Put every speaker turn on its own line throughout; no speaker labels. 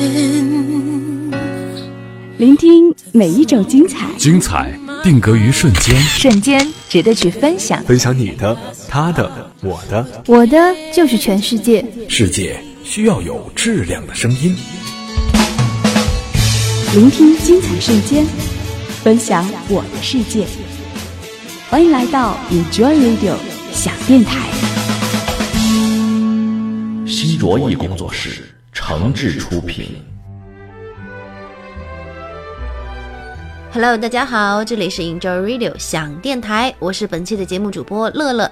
Listen.
聆听每一种精彩，
精彩定格于瞬间，
瞬间值得去分享。
分享你的、他的、我的。
我的就是全世界。
世界需要有质量的声音。
聆听精彩瞬间，分享我的世界。欢迎来到 Enjoy Radio 小电台。
新卓艺工作室诚挚出品。
Hello，大家好，这里是 Enjoy Radio 想电台，我是本期的节目主播乐乐。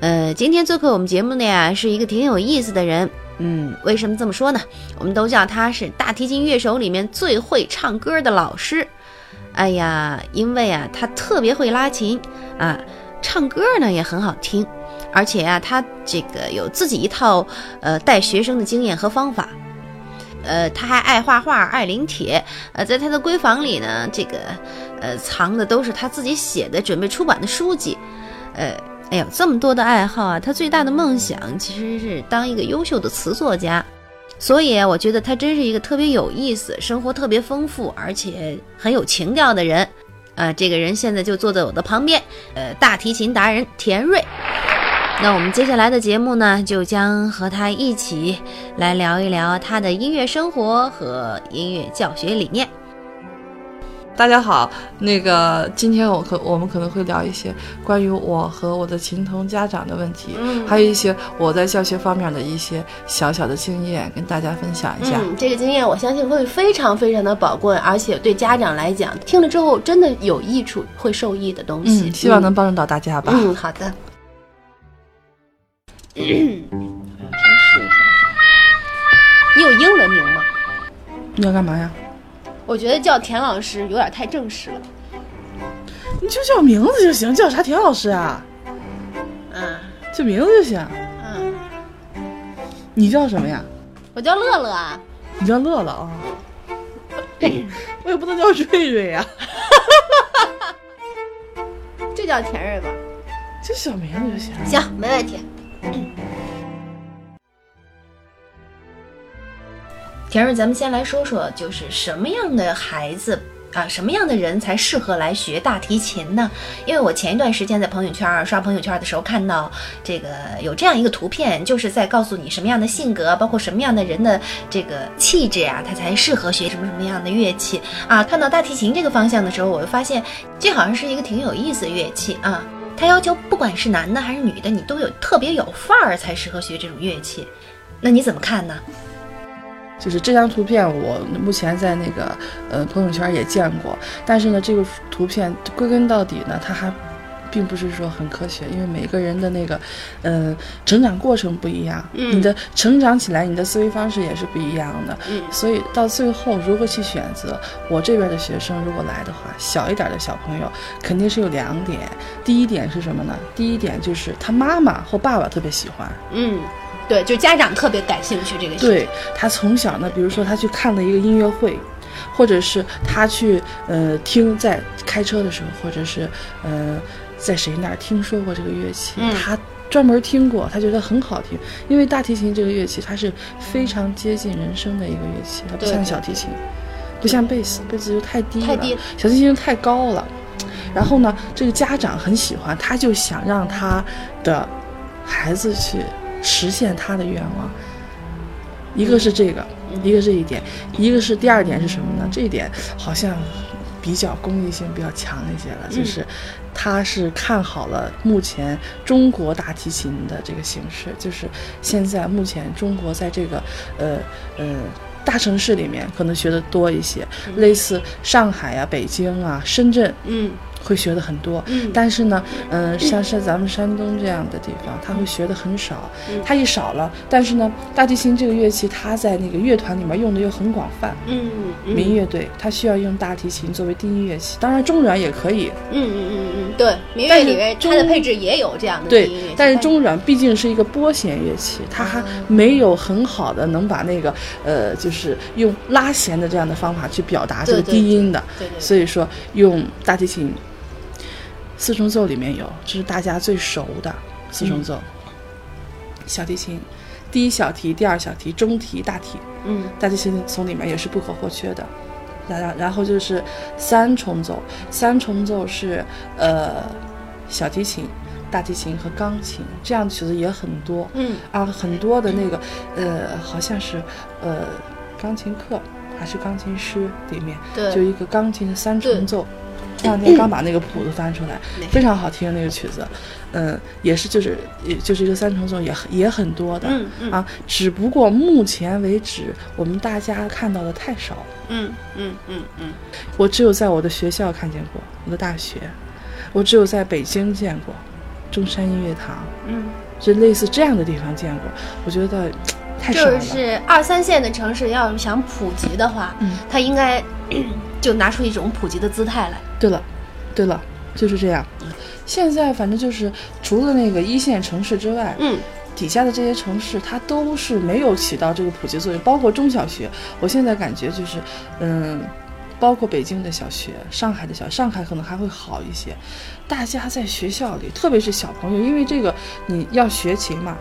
呃，今天做客我们节目的呀，是一个挺有意思的人。嗯，为什么这么说呢？我们都叫他是大提琴乐手里面最会唱歌的老师。哎呀，因为啊，他特别会拉琴啊，唱歌呢也很好听，而且啊，他这个有自己一套呃带学生的经验和方法。呃，他还爱画画，爱临帖。呃，在他的闺房里呢，这个呃藏的都是他自己写的、准备出版的书籍。呃，哎呦，这么多的爱好啊，他最大的梦想其实是当一个优秀的词作家。所以啊我觉得他真是一个特别有意思、生活特别丰富，而且很有情调的人。啊，这个人现在就坐在我的旁边，呃，大提琴达人田瑞。那我们接下来的节目呢，就将和他一起来聊一聊他的音乐生活和音乐教学理念。
大家好，那个今天我可我们可能会聊一些关于我和我的琴童家长的问题，
嗯
还有一些我在教学方面的一些小小的经验跟大家分享一下。
嗯，这个经验我相信会非常非常的宝贵，而且对家长来讲，听了之后真的有益处，会受益的东西。
嗯希望能帮助到大家吧。
嗯，好的。
你有英文名吗？
你要干嘛呀？
我觉得叫田老师有点太正式了。
你就叫名字就行，叫啥田老师啊？
嗯
叫名字就行。
嗯，
你叫什么呀？
我叫乐乐啊。
你叫乐乐啊？ 我也不能叫瑞瑞啊呀、
就叫田瑞吧。
就小名字就行。
行，没问题。
田瑞，咱们先来说说，就是什么样的孩子啊，什么样的人才适合来学大提琴呢？因为我前一段时间在朋友圈儿刷朋友圈儿的时候，看到这个有这样一个图片，就是在告诉你什么样的性格，包括什么样的人的这个气质啊，他才适合学什么什么样的乐器啊。看到大提琴这个方向的时候，我就发现这好像是一个挺有意思的乐器啊。它要求不管是男的还是女的，你都有特别有范儿才适合学这种乐器。那你怎么看呢？
就是这张图片，我目前在那个呃朋友圈也见过，但是呢，这个图片归根到底呢，它还并不是说很科学，因为每个人的那个呃成长过程不一样，
嗯
你的成长起来，你的思维方式也是不一样的，
嗯
所以到最后如何去选择，我这边的学生如果来的话，小一点的小朋友肯定是有两点，第一点是什么呢？第一点就是他妈妈或爸爸特别喜欢，
嗯，对，就家长特别感兴趣这个事。
对他从小呢，比如说他去看了一个音乐会，或者是他去呃听在开车的时候，或者是呃在谁那儿听说过这个乐器，
嗯
他专门听过，他觉得很好听。因为大提琴这个乐器，它是非常接近人声的一个乐器，它不
对
像
对
小提琴，不像贝斯，贝斯就太低了，
太低
小提琴太高了。然后呢，这个家长很喜欢，他就想让他的孩子去实现他的愿望。一个是这个，一个是一点，一个是第二点是什么呢？这一点好像比较功利性比较强一些了，就是他是看好了目前中国大提琴的这个形式，就是现在目前中国在这个呃呃。大城市里面可能学的多一些，类似上海啊、北京啊、深圳，
嗯
会学的很多。
嗯
但是呢，嗯、像是咱们山东这样的地方，他会学的很少。
嗯
他一少了，但是呢，大提琴这个乐器，它在那个乐团里面用的又很广泛。
嗯嗯
民乐队它需要用大提琴作为低音乐器，当然中阮也可以。
嗯嗯嗯嗯，对，民乐
但是
里面它
中
的配置嗯也嗯有这样的
对
低音乐器，
但是中阮毕竟是一个拨弦乐器，它还没有很好的能把那个呃，就是用拉弦的这样的方法去表达这个
对对
低音的。
对对对
所以说用大提琴四重奏里面有，这是大家最熟的四重奏，小提琴、第一小题、第二小题、中题、大题，
嗯，
大提琴从里面也是不可或缺的。然然然后就是三重奏，三重奏是呃小提琴、大提琴和钢琴这样的曲子也很多，
嗯
啊，很多的那个呃好像是呃钢琴课还是钢琴师里面
对
就一个钢琴的三重 奏。前两天刚把那个谱子翻出来，非常好听那个曲子，嗯，也是就是也就是一个三重奏，也很也很多的，
嗯嗯
啊，只不过目前为止我们大家看到的太少了。
嗯嗯嗯嗯，
我只有在我的学校看见过，我的大学，我只有在北京见过，中山音乐堂，
嗯，
就类似这样的地方见过。我觉得太少了。
就是二三线的城市要是想普及的话，
嗯
它应该 就拿出一种普及的姿态来。
对了，对了，就是这样。现在反正就是除了那个一线城市之外，
嗯，
底下的这些城市它都是没有起到这个普及作用，包括中小学。我现在感觉就是，嗯。包括北京的小学、上海的小，上海可能还会好一些。大家在学校里，特别是小朋友，因为这个你要学琴嘛，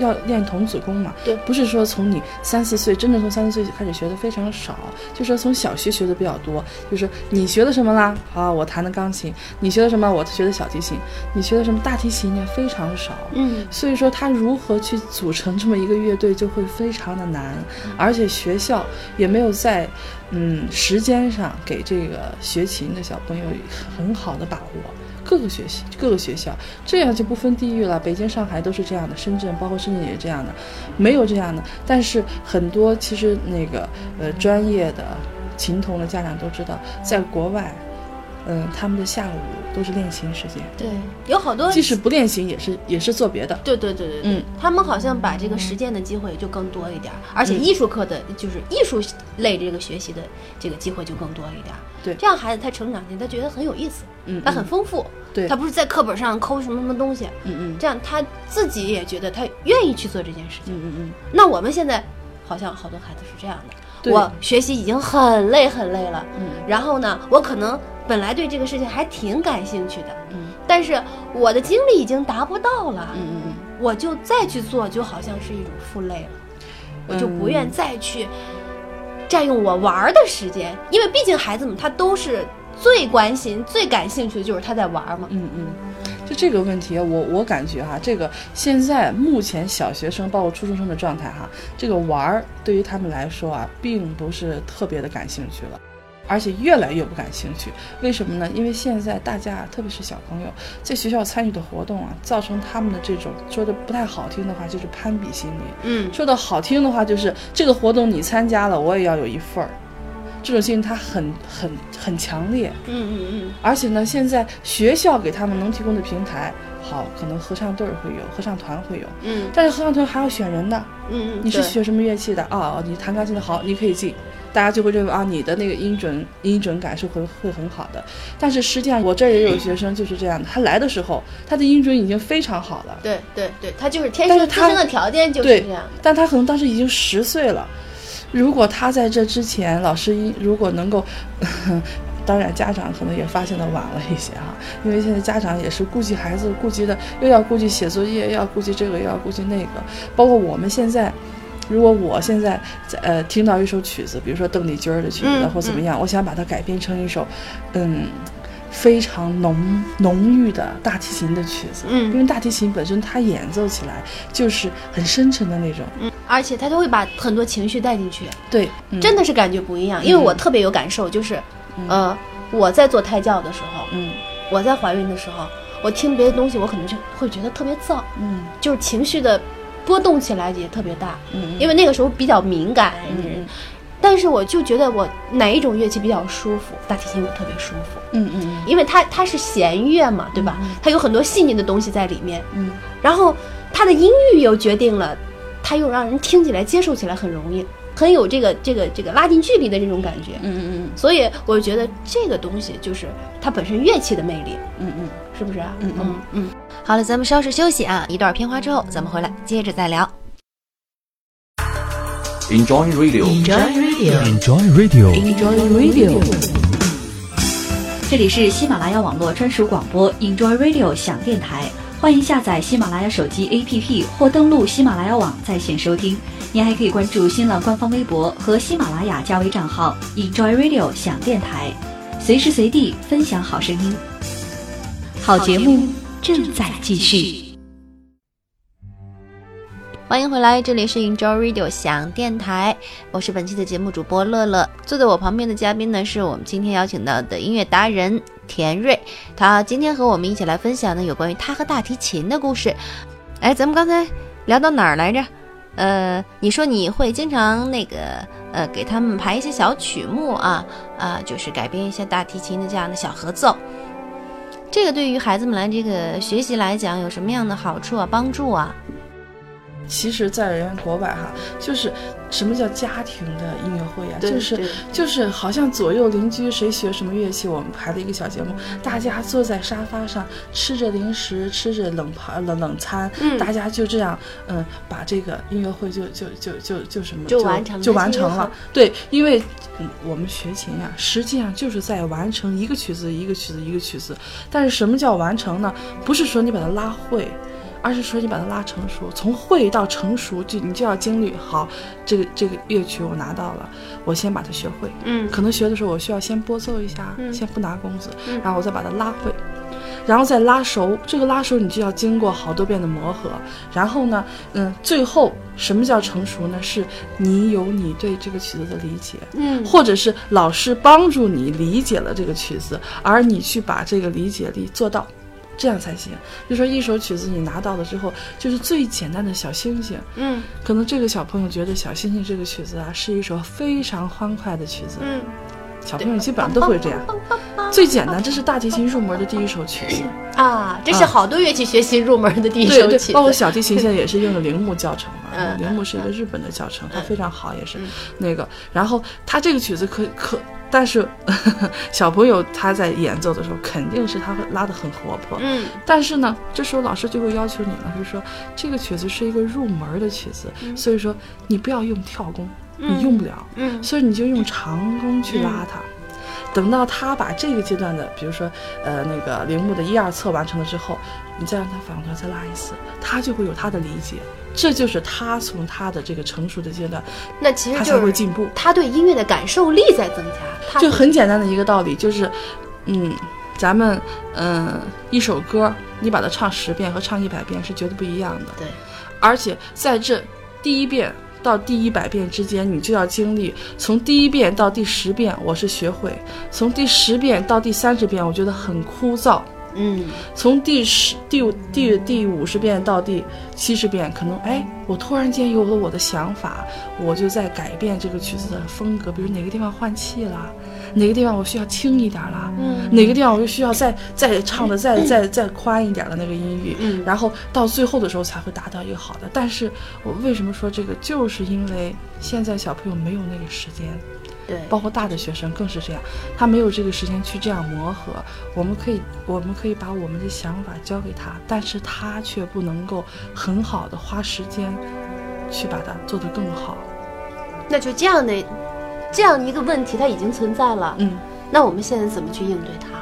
要练童子功嘛，
对
不是说从你三四岁，真正从三四岁开始学的非常少，就是说从小学学的比较多。就是你学的什么啦？啊，我弹的钢琴。你学的什么？我学的小提琴。你学的什么？大提琴也非常少。
嗯
所以说，他如何去组成这么一个乐队就会非常的难，而且学校也没有在，嗯，时间上给这个学琴的小朋友很好的把握。各个学习，各个学校，这样就不分地域了。北京、上海都是这样的，深圳包括深圳也是这样的，没有这样的。但是很多其实那个呃专业的琴童的家长都知道，在国外，嗯、他们的下午都是练琴时间，
对，有好多
即使不练琴也是也是做别的。
对对对对对，
嗯
他们好像把这个实践的机会就更多一点儿，而且艺术课的，就是艺术类这个学习的这个机会就更多一点儿。
对
这样孩子他成长起来，他觉得很有意思，
嗯
他很丰富，
对
他不是在课本上抠什么什么东西，
嗯嗯
这样他自己也觉得他愿意去做这件事情。
嗯嗯
那我们现在好像好多孩子是这样的，
对
我学习已经很累很累了，
嗯
然后呢，我可能本来对这个事情还挺感兴趣的，
嗯
但是我的精力已经达不到了，
嗯嗯嗯，
我就再去做，就好像是一种负累了，我就不
嗯
愿再去占用我玩儿的时间，因为毕竟孩子们他都是最关心、最感兴趣的就是他在玩儿嘛。
嗯嗯，就这个问题，啊我我感觉哈、这个现在目前小学生包括初中生的状态哈、这个玩儿对于他们来说啊，并不是特别的感兴趣了。而且越来越不感兴趣，为什么呢？因为现在大家，特别是小朋友，在学校参与的活动啊，造成他们的这种说的不太好听的话，就是攀比心理。
嗯
说的好听的话，就是这个活动你参加了，我也要有一份儿。这种心理它很很很强烈。
嗯嗯嗯，
而且呢，现在学校给他们能提供的平台，好，可能合唱队儿会有，合唱团会有，
嗯
但是合唱团还要选人的，
嗯嗯，
你是
对
学什么乐器的啊、你弹钢琴的好，你可以进，大家就会认为啊，你的那个音准音准感是会会很好的。但是实际上，我这儿也有学生就是这样的，他来的时候他的音准已经非常好了，
对对对，他就是天
但
生
是
自
他
身的条件就是
对
这样的。
但他可能当时已经十岁了。如果他在这之前，老师一如果能够， 当然家长可能也发现的晚了一些哈、因为现在家长也是顾及孩子，顾及的又要顾及写作业，又要顾及这个，又要顾及那个，包括我们现在。如果我现在在呃听到一首曲子，比如说邓丽君儿的曲子、
嗯
或怎么样，我想把它改编成一首，嗯，非常浓浓郁的大提琴的曲子，
嗯
因为大提琴本身它演奏起来就是很深沉的那种，
而且他都会把很多情绪带进去，
对，嗯
真，的是感觉不一样。因为我特别有感受，就是，呃，我在做胎教的时候，
嗯
我在怀孕的时候，我听别的东西，我可能就会觉得特别燥，
嗯
就是情绪的波动起来也特别大，
嗯，为
因为那个时候比较敏感。
嗯
但是我就觉得我哪一种乐器比较舒服，大提琴我特别舒服，
嗯嗯
因为它它是弦乐嘛，对吧？它有很多细腻的东西在里面，
嗯
然后它的音域又决定了，它又让人听起来、接受起来很容易，很有这个这个这个拉近距离的这种感觉。
嗯嗯
所以我觉得这个东西就是它本身乐器的魅力，
嗯嗯
是不是啊？
嗯嗯
嗯，
好了，咱们稍事休息啊，一段片花之后，咱们回来接着再聊。
Enjoy Radio，
Enjoy Radio，
Enjoy Radio，
这里是喜马拉雅网络专属广播 Enjoy Radio 响电台，
欢迎下载喜马拉雅手机 APP 或登录喜马拉雅网在线收听。您还可以关注新浪官方微博和喜马拉雅加微账号 Enjoy Radio 想电台，随时随地分享好声音。好节目正在继续。
欢迎回来，这里是 Enjoy Radio 想电台，我是本期的节目主播乐乐。坐在我旁边的嘉宾呢，是我们今天邀请到的音乐达人田瑞，他今天和我们一起来分享呢有关于他和大提琴的故事。哎，咱们刚才聊到哪儿来着？呃，你说你会经常那个呃，给他们排一些小曲目啊啊、呃，就是改编一些大提琴的这样的小合奏。这个对于孩子们来这个学习来讲有什么样的好处啊、帮助啊？
其实，在人家国外哈，就是什么叫家庭的音乐会呀、啊？就是就是好像左右邻居谁学什么乐器，我们排了一个小节目，大家坐在沙发上吃着零食，吃着冷盘冷冷餐、
嗯，
大家就这样嗯，把这个音乐会就就就就就什么
就完成
就完成了。对，因为、嗯、我们学琴呀、啊，实际上就是在完成一个曲子一个曲子一个曲子。但是什么叫完成呢？不是说你把它拉会。而是说你把它拉成熟，从会到成熟，就你就要经历好这个这个乐曲，我拿到了，我先把它学会。
嗯，
可能学的时候我需要先拨奏一下，
嗯、
先不拿弓子、
嗯，
然后我再把它拉会，然后再拉熟。这个拉熟你就要经过好多遍的磨合。然后呢，嗯，最后什么叫成熟呢？是你有你对这个曲子的理解，
嗯，
或者是老师帮助你理解了这个曲子，而你去把这个理解力做到。这样才行。就说一首曲子你拿到了之后，就是最简单的小星星。
嗯，
可能这个小朋友觉得小星星这个曲子啊是一首非常欢快的曲子。
嗯，
小朋友基本上都会 这样。最简单，这是大提琴入门的第一首曲子
啊，这是好多乐器学习入门的第一首曲子。
对对，包括小提琴 现在也是用的铃木教程嘛、
嗯。
铃木是一个日本的教程，它非常好，也是那个。然后它这个曲子可可。但是 呵呵，小朋友他在演奏的时候，肯定是他会拉得很活泼。
嗯，
但是呢，这时候老师就会要求你，老师说这个曲子是一个入门的曲子，
嗯、
所以说你不要用跳弓、
嗯，
你用不了。
嗯，
所以你就用长弓去拉它。
嗯、
等到他把这个阶段的，比如说呃那个铃木的一二册完成了之后，你再让他反过来再拉一次，他就会有他的理解。这就是他从他的这个成熟的阶段，
那其实
他才会进步。
他对音乐的感受力在增加，
就很简单的一个道理，就是，嗯，咱们嗯、呃、一首歌，你把它唱十遍和唱一百遍是绝对不一样的。
对，
而且在这第一遍到第一百遍之间，你就要经历从第一遍到第十遍我是学会，从第十遍到第三十遍我觉得很枯燥。
嗯，
从第十、第五、第第五十遍到第七十遍，可能哎，我突然间有了我的想法，我就在改变这个曲子的风格，比如哪个地方换气啦，哪个地方我需要轻一点啦，
嗯，
哪个地方我就需要再再唱的再再再宽一点的那个音域，
嗯，
然后到最后的时候才会达到一个好的。但是我为什么说这个，就是因为现在小朋友没有那个时间。
对，
包括大的学生更是这样，他没有这个时间去这样磨合。我们可以，我们可以把我们的想法交给他，但是他却不能够很好的花时间去把它做得更好。
那就这样的，这样一个问题，它已经存在了。
嗯，
那我们现在怎么去应对它？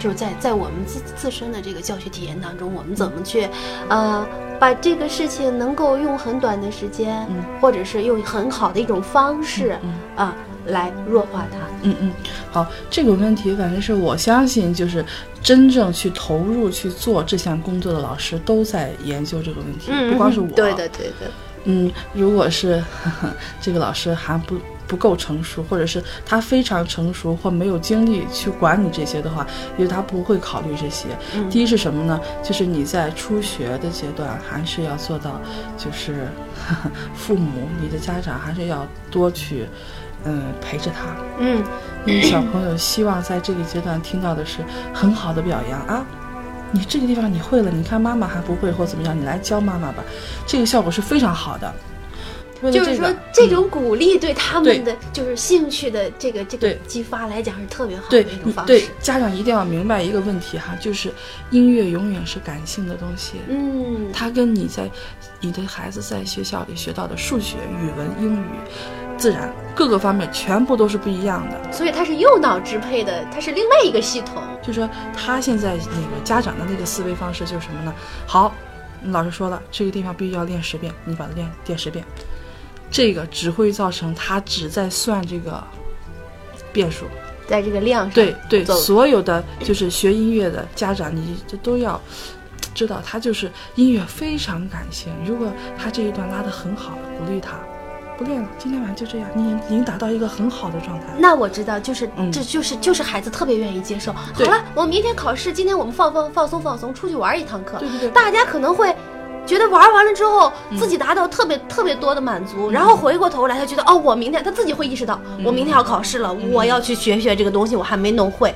就是在在我们自自身的这个教学体验当中，我们怎么去，呃，把这个事情能够用很短的时间，
嗯、
或者是用很好的一种方式、
嗯
嗯、啊。来弱化它。
嗯嗯，好，这个问题反正是我相信，就是真正去投入去做这项工作的老师都在研究这个问题，
嗯、
不光是我。
对的，对的。
嗯，如果是 这个老师还不不够成熟，或者是他非常成熟或没有精力去管你这些的话，因为他不会考虑这些。
嗯、
第一是什么呢？就是你在初学的阶段，还是要做到，就是 父母、你的家长还是要多去。嗯，陪着他。
嗯，
因为小朋友希望在这个阶段听到的是很好的表扬啊，你这个地方你会了，你看妈妈还不会或怎么样，你来教妈妈吧，这个效果是非常好的。
这嗯个、就是说，这种鼓励对他们的、
嗯、
就是兴趣的这个这个激发来讲是特别好的一种方式。
对家长一定要明白一个问题哈，就是音乐永远是感性的东西。
嗯，
它跟你在你的孩子在学校里学到的数学、语文、英语。自然，各个方面全部都是不一样的。
所以它是右脑支配的，它是另外一个系统。
就说他现在那个家长的那个思维方式就是什么呢？好，老师说了，这个地方必须要练十遍，你把它练练十遍，这个只会造成他只在算这个变数。
在这个量上，
对对，
走
所有的就是学音乐的家长，你这都要知道，他就是音乐非常感性。如果他这一段拉的很好，鼓励他，不练了，今天晚上就这样，你已经达到一个很好的状态了。
那我知道，就是、
嗯
这就是就是孩子特别愿意接受。好
对
了，我明天考试，今天我们放放放松放松，出去玩一堂课。
对对对，
大家可能会觉得玩完了之后，
嗯
自己达到特别特别多的满足，然后回过头来，他觉得哦，我明天他自己会意识到，
嗯
我明天要考试了，我要去学学这个东西，我还没弄会。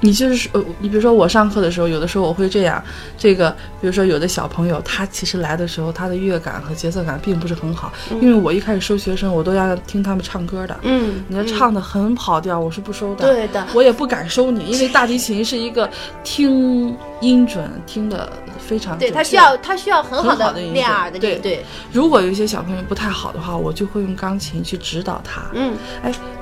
你就是说呃，你比如说我上课的时候，有的时候我会这样，这个比如说有的小朋友他其实来的时候，他的乐感和节奏感并不是很好，因为我一开始收学生，我都要听他们唱歌的。
嗯
你这唱的很跑调，我是不收的。
对的，
我也不敢收你，因为大提琴是一个听音准听的非常
对
准
他
确
需要他需要很好
很好
的
的一个
练耳的
对
这个对，
如果有一些小朋友不太好的话，我就会用钢琴去指导他。
嗯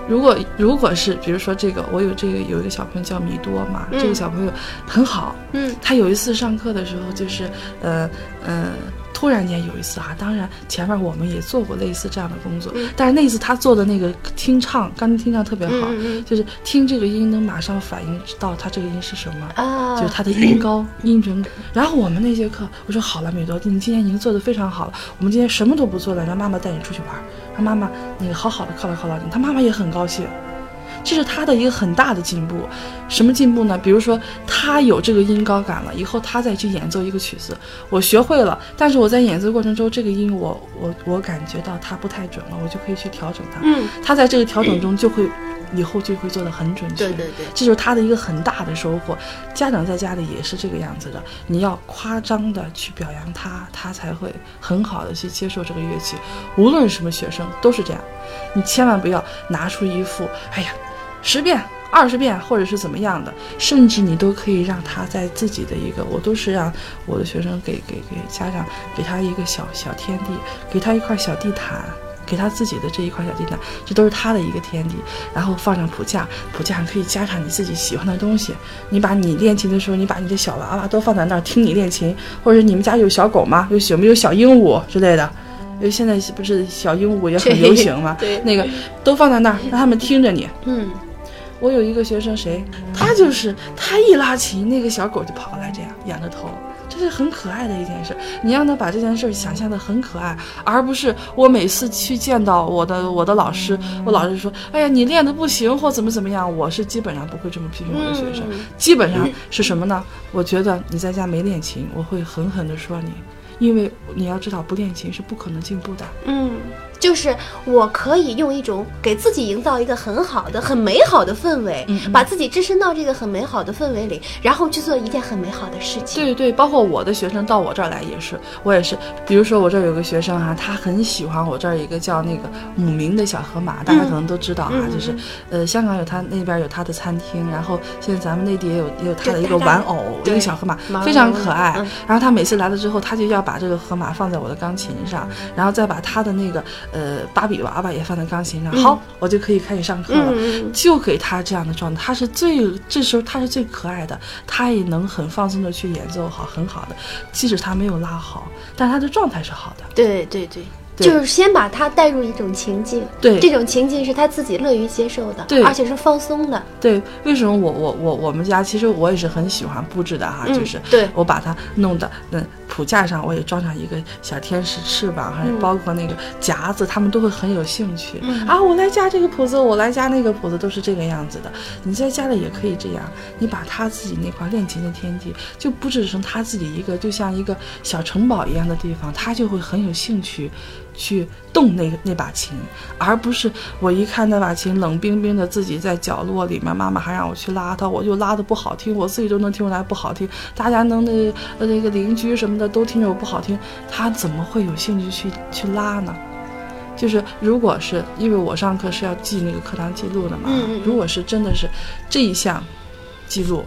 如果如果是比如说这个，我有这个有一个小朋友叫米多嘛，
嗯
这个小朋友很好，
嗯，
他有一次上课的时候就是呃呃。突然间有一次啊，当然前面我们也做过类似这样的工作，
嗯
但是那一次他做的那个听唱，钢琴听唱特别好，
嗯嗯
就是听这个音能马上反应到他这个音是什么。
啊，
就是他的音高、音准。然后我们那节课，我说好了，米多，你今天已经做的非常好了，我们今天什么都不做了，让妈妈带你出去玩儿，让妈妈你好好的犒劳犒劳你。他妈妈也很高兴，这是他的一个很大的进步。什么进步呢？比如说他有这个音高感了，以后他再去演奏一个曲子，我学会了，但是我在演奏过程中，这个音我我我感觉到它不太准了，我就可以去调整它。
嗯，
他在这个调整中就会，以后就会做得很准确。
对对对，
这就是他的一个很大的收获。家长在家里也是这个样子的，你要夸张的去表扬他，他才会很好的去接受这个乐器。无论什么学生都是这样，你千万不要拿出一副哎呀，十遍。二十遍，或者是怎么样的，甚至你都可以让他在自己的一个，我都是让我的学生给给给家长给他一个小小天地，给他一块小地毯，给他自己的这一块小地毯，这都是他的一个天地。然后放上谱架，谱架上可以加上你自己喜欢的东西。你把你练琴的时候，你把你的小娃娃都放在那儿听你练琴，或者你们家有小狗吗？有有没有小鹦鹉之类的？因为现在不是小鹦鹉也很流行嘛，那个都放在那儿，让他们听着你。
嗯，
我有一个学生谁，他就是他一拉琴，那个小狗就跑过来，这样仰着头，这是很可爱的一件事。你让他把这件事想象的很可爱，而不是我每次去见到我的我的老师，我老师说，哎呀，你练的不行或怎么怎么样，我是基本上不会这么批评我的学生，基本上是什么呢？我觉得你在家没练琴，我会狠狠的说你。因为你要知道，不练琴是不可能进步的。
嗯，就是我可以用一种给自己营造一个很好的、很美好的氛围，把自己置身到这个很美好的氛围里，然后去做一件很美好的事情。
对对，包括我的学生到我这儿来也是，我也是。比如说我这儿有个学生啊，他很喜欢我这儿一个叫那个姆明的小河马，大家可能都知道啊，
嗯嗯
就是呃香港有他那边有他的餐厅，然后现在咱们内地也有也有他的一
就
个
大概
玩偶，哦一
对
个小河马
毛，
非常
绒
可爱。
嗯
然后他每次来了之后，他就要把这个河马放在我的钢琴上，然后再把他的那个呃芭比娃娃也放在钢琴上，好，我就可以开始上课了。
嗯，嗯
就给他这样的状态，他是最这时候他是最可爱的，他也能很放松的去演奏好很好的，即使他没有拉好，但他的状态是好的。
对对对。
对
就是先把他带入一种情境，
对
这种情境是他自己乐于接受的，
对
而且是放松的，
对，为什么我我我我们家其实我也是很喜欢布置的哈，啊
嗯
就是
对
我把它弄的嗯谱架上我也装上一个小天使翅膀，还有
嗯
包括那个夹子，他们都会很有兴趣、
嗯
啊。我来加这个谱子，我来加那个谱子，都是这个样子的。你在家里也可以这样，你把他自己那块练琴的天地就布置成他自己一个，就像一个小城堡一样的地方，他就会很有兴趣去动那个那把琴，而不是我一看那把琴冷冰冰的自己在角落里面，妈妈还让我去拉它，我就拉的不好听，我自己都能听出来不好听，大家能那呃那个邻居什么的都听着我不好听，他怎么会有兴趣去去拉呢？就是如果是因为我上课是要记那个课堂记录的嘛，
嗯嗯嗯
如果是真的是这一项记录。呃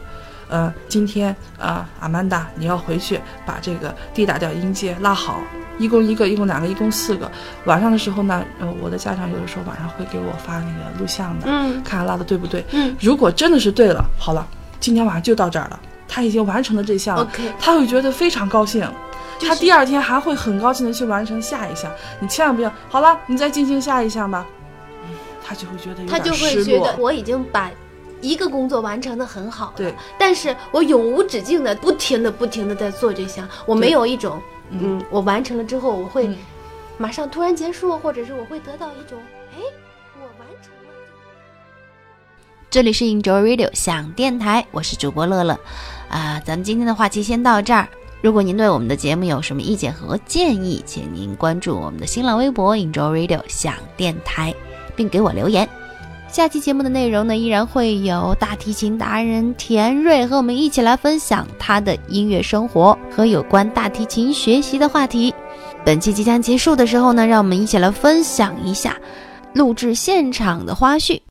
呃，今天啊、阿曼达，你要回去把这个 D 大调音阶拉好，一共一个，一共两个，一共四个。晚上的时候呢，呃，我的家长有的时候晚上会给我发那个录像的，
嗯
看看拉的对不对。
嗯
如果真的是对了，好了，今天晚上就到这儿了，他已经完成了这项了
OK
他会觉得非常高兴。
就是
他第二天还会很高兴的去完成下一项，你千万不要好了，你再进行下一项吧，他就会觉得有
他
点
就会
失
觉
落
得我已经把一个工作完成的很好了，
对，
但是我永无止境的不停的不停的在做这项，我没有一种，嗯，我完成了之后我会
嗯
马上突然结束，或者是我会得到一种，哎，我完成了。
这里是 Enjoy Radio 想电台，我是主播乐乐，啊、咱们今天的话题先到这儿。如果您对我们的节目有什么意见和建议，请您关注我们的新浪微博 Enjoy Radio 想电台，并给我留言。下期节目的内容呢，依然会有大提琴达人田瑞和我们一起来分享他的音乐生活和有关大提琴学习的话题。本期即将结束的时候呢，让我们一起来分享一下录制现场的花絮。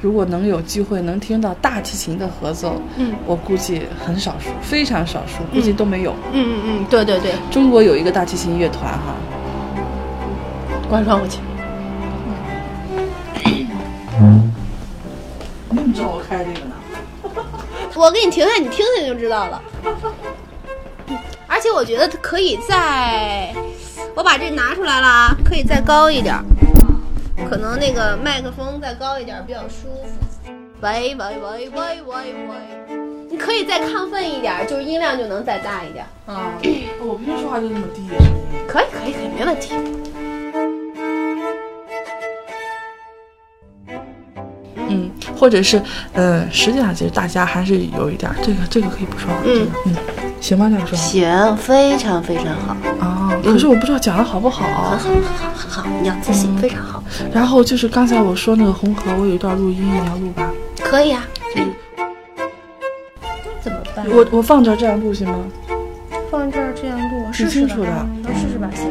如果能有机会能听到大提琴的合奏，
嗯，
我估计很少数，非常少数，估计都没有。
嗯嗯嗯，对对对，
中国有一个大提琴乐团哈，关窗户去。你怎么知道我开这个呢？
我给你停下，你听听就知道了。而且我觉得可以再，我把这拿出来了啊，可以再高一点儿，可能那个麦克风再高一点儿比较舒服。喂喂喂喂喂喂，你可以再亢奋一点儿，就是音量就能再大一点儿。
啊，我平时说话就这么低声音。
可以可以可以，没问题。
嗯，或者是，呃，实际上其实大家还是有一点儿这个这个可以不说了。这个嗯，行吧，这样说
行，非常非常好，
嗯
啊。可是我不知道讲的好不好啊。
好好好，你要自信，非常好，
然后就是刚才我说那个红河，我有一段录音，你要录吧？
可以啊。怎么办？
我我放这儿这样录行吗？
放这儿这样录，
挺
试试
清
吧
楚。的。
能试试吧？行，